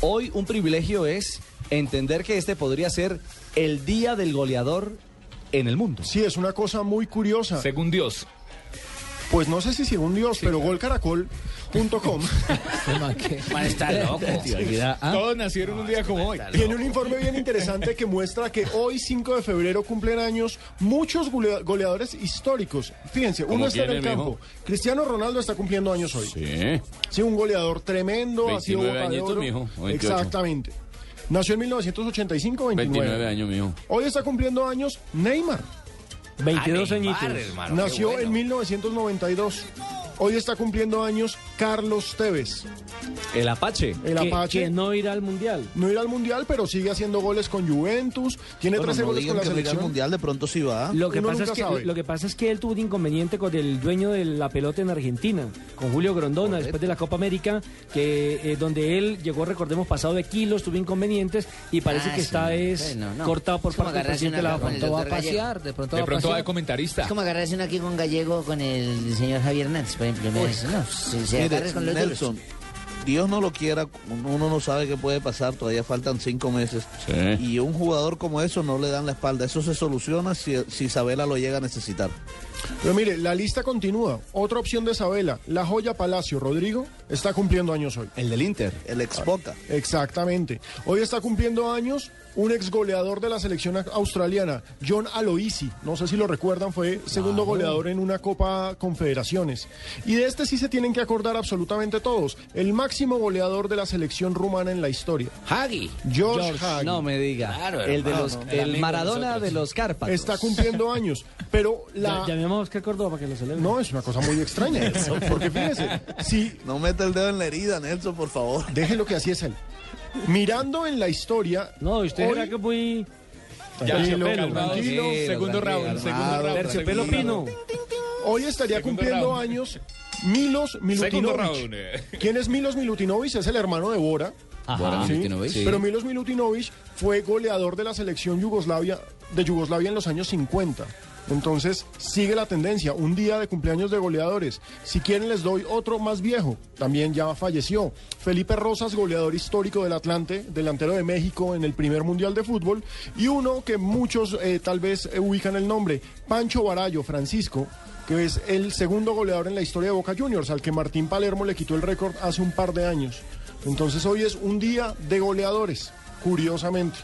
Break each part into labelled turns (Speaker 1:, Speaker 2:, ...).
Speaker 1: Hoy un privilegio es entender que este podría ser el día del goleador en el mundo.
Speaker 2: Sí, es una cosa muy curiosa.
Speaker 3: Según Dios.
Speaker 2: Pues no sé si según Dios, pero golcaracol.com
Speaker 4: Man, está loco.
Speaker 1: Ah,
Speaker 3: Todos nacieron un día como hoy.
Speaker 2: tiene un informe bien interesante que muestra que hoy, 5 de febrero, cumplen años muchos golea- goleadores históricos. Fíjense, uno
Speaker 5: ¿Cómo
Speaker 2: está en el
Speaker 5: quién, mijo?
Speaker 2: campo. Cristiano Ronaldo está cumpliendo años hoy.
Speaker 5: Sí.
Speaker 2: Sí, un goleador tremendo. ha sido
Speaker 5: 29
Speaker 2: Boca de
Speaker 5: añitos,
Speaker 2: Oro.
Speaker 5: mijo, o 28.
Speaker 2: Exactamente. Nació en 1985, 29.
Speaker 5: 29 años, mijo.
Speaker 2: Hoy está cumpliendo años Neymar.
Speaker 4: 22 añitos.
Speaker 5: Ah,
Speaker 2: Nació en 1992. Hoy está cumpliendo años Carlos Tevez,
Speaker 1: el Apache.
Speaker 2: el
Speaker 4: Que-
Speaker 2: Apache.
Speaker 4: que no irá al mundial.
Speaker 2: No irá al mundial, pero sigue haciendo goles con Juventus. Tiene
Speaker 6: Bueno,
Speaker 2: 13
Speaker 6: no
Speaker 2: goles con
Speaker 6: digan
Speaker 2: la
Speaker 6: que no irá al
Speaker 2: selección.
Speaker 6: mundial, de pronto sí va.
Speaker 4: Lo que,
Speaker 2: Ah, Uno
Speaker 4: pasa es
Speaker 2: nunca
Speaker 4: que,
Speaker 2: sabe.
Speaker 4: lo que pasa es que él tuvo un inconveniente con el dueño de la pelota en Argentina, con Julio Grondona, después de la Copa América, que eh, donde él llegó, recordemos, pasado de kilos, tuvo inconvenientes y parece
Speaker 7: Ah,
Speaker 4: que
Speaker 7: sí,
Speaker 4: está
Speaker 7: no,
Speaker 4: es
Speaker 7: bueno, no.
Speaker 4: cortado por
Speaker 7: Es como
Speaker 4: parte del
Speaker 7: agarrarse
Speaker 4: presidente
Speaker 7: una
Speaker 4: de la
Speaker 7: con el
Speaker 4: Junta.
Speaker 8: pronto va a
Speaker 7: doctor Gallego.
Speaker 8: pasear, de pronto
Speaker 3: De
Speaker 8: va
Speaker 3: pronto va
Speaker 8: a
Speaker 3: de
Speaker 8: pasear.
Speaker 3: comentarista.
Speaker 7: Es como agarrarse una aquí con Gallego con el señor Javier Hernández, por ejemplo. me dice, No, si se
Speaker 6: Mire,
Speaker 7: agarras con los
Speaker 6: Nelson,
Speaker 7: duros.
Speaker 6: Dios no lo quiera, uno no sabe qué puede pasar, todavía faltan cinco meses.
Speaker 1: Eh.
Speaker 5: Sí.
Speaker 6: Y un jugador como eso no le dan la espalda. Eso se soluciona si, si Isabela lo llega a necesitar.
Speaker 2: Pero mire, la lista continúa. Otra opción de Isabela, la joya Palacio Rodrigo, está cumpliendo años hoy.
Speaker 1: El del Inter.
Speaker 6: El ex Boca.
Speaker 2: Exactamente. Hoy está cumpliendo años un ex goleador de la selección au- australiana, John Aloisi. No sé si lo recuerdan, fue segundo goleador en una Copa Confederaciones. Y de este sí se tienen que acordar absolutamente todos. El máximo goleador de la selección rumana en la historia,
Speaker 4: Hagi.
Speaker 2: George, Hagi,
Speaker 1: No me diga.
Speaker 4: Claro,
Speaker 1: el de
Speaker 4: hermano.
Speaker 1: los,
Speaker 4: El amigo
Speaker 1: el
Speaker 4: de
Speaker 1: Maradona
Speaker 4: nosotros.
Speaker 1: de los Cárpatos.
Speaker 2: está cumpliendo años. Pero la...
Speaker 4: Llamemos a Oscar Córdoba para que lo celebre.
Speaker 2: No, es una cosa muy extraña. Porque fíjense, si
Speaker 6: No meta el dedo en la herida, Nelson, por favor.
Speaker 2: déjenlo que así es él. Mirando en la historia.
Speaker 4: No, usted
Speaker 2: hoy-
Speaker 4: era que muy...
Speaker 3: Ya,
Speaker 2: Tranquilo,
Speaker 3: calmado,
Speaker 2: tranquilo.
Speaker 3: tranquilo, Segundo
Speaker 1: tranquilo,
Speaker 3: round, segundo
Speaker 6: calmado,
Speaker 3: round.
Speaker 4: Terciopelo
Speaker 3: segundo
Speaker 4: Pino.
Speaker 3: round.
Speaker 2: Hoy estaría
Speaker 3: Segundo
Speaker 2: cumpliendo
Speaker 3: round.
Speaker 2: años Milos
Speaker 3: Segundo round.
Speaker 2: Milutinovic.
Speaker 3: eh.
Speaker 2: ¿Quién es Milos Milutinovic? Es el hermano de Bora.
Speaker 5: Bora
Speaker 2: ¿sí?
Speaker 5: Milutinovic.
Speaker 2: Pero Milos Milutinovic fue goleador de la selección Yugoslavia, de Yugoslavia en los años 50. Entonces sigue la tendencia, un día de cumpleaños de goleadores. Si quieren les doy otro más viejo, también ya falleció. Felipe Rosas, goleador histórico del Atlante, delantero de México en el primer Mundial de Fútbol. Y uno que muchos eh, tal vez eh, ubican el nombre, Pancho Barallo, Francisco, que es el segundo goleador en la historia de Boca Juniors, al que Martín Palermo le quitó el récord hace un par de años. Entonces hoy es un día de goleadores, curiosamente.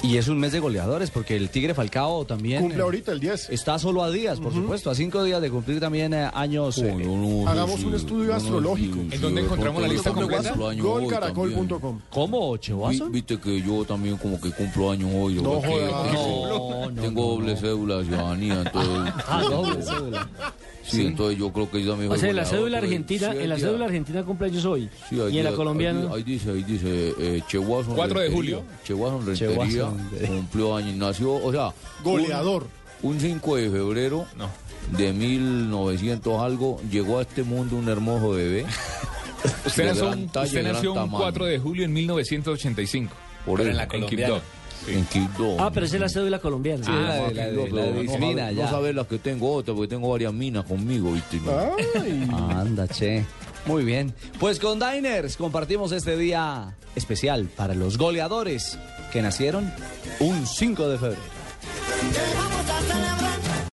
Speaker 1: Y es un mes de goleadores, porque el Tigre Falcao también.
Speaker 2: Cumple
Speaker 1: eh,
Speaker 2: ahorita el 10.
Speaker 1: Está solo a días, por supuesto, a cinco días de cumplir también eh, años. eh,
Speaker 2: Hagamos un estudio astrológico.
Speaker 3: ¿En dónde encontramos la lista completa?
Speaker 2: Golcaracol.com.
Speaker 1: ¿Cómo, Chevazo?
Speaker 5: Viste que yo también como que cumplo años hoy.
Speaker 2: No
Speaker 5: porque
Speaker 2: jodas.
Speaker 1: No, no,
Speaker 5: Tengo
Speaker 1: no,
Speaker 5: doble
Speaker 1: no.
Speaker 5: cédula de ciudadanía, entonces...
Speaker 1: Ah, doble cédula.
Speaker 5: pues, Sí, entonces yo creo que yo también...
Speaker 4: O
Speaker 5: soy
Speaker 4: sea, en la
Speaker 5: goleador,
Speaker 4: cédula
Speaker 5: entonces,
Speaker 4: argentina,
Speaker 5: sí,
Speaker 4: en la
Speaker 5: ahí
Speaker 4: cédula
Speaker 5: di-
Speaker 4: argentina cumpleaños hoy.
Speaker 5: sí, ahí
Speaker 4: y en
Speaker 5: di-
Speaker 4: la
Speaker 5: Ahí,
Speaker 4: colombiana...
Speaker 5: di- ahí dice, ahí dice, eh, Cheguazo
Speaker 3: 4 de julio.
Speaker 5: Cheguazo
Speaker 1: Cheguazo
Speaker 5: Rentería,
Speaker 1: Rentería.
Speaker 5: cumplió años, nació, o sea...
Speaker 2: Goleador.
Speaker 5: Un 5 de febrero
Speaker 3: No.
Speaker 5: de 1900 algo, llegó a este mundo un hermoso bebé.
Speaker 3: Usted
Speaker 5: De
Speaker 3: nació,
Speaker 5: gran
Speaker 3: un-
Speaker 5: talla,
Speaker 3: usted
Speaker 5: gran
Speaker 3: nació un
Speaker 5: tamaño.
Speaker 3: 4 de julio en 1985.
Speaker 5: Por
Speaker 3: en
Speaker 5: eso,
Speaker 3: la
Speaker 5: en
Speaker 3: colombiana.
Speaker 5: En Quibdó.
Speaker 4: Ah, pero esa es la cédula colombiana.
Speaker 1: Sí, la de- la de- la de disciplina,
Speaker 5: no,
Speaker 1: ya.
Speaker 5: sabes las que tengo otra, porque tengo varias minas conmigo, ¿viste?
Speaker 3: Ah,
Speaker 2: Ay.
Speaker 1: Anda, che. Muy bien. Pues con Diners compartimos este día especial para los goleadores que nacieron un 5 de febrero.
Speaker 9: Llegamos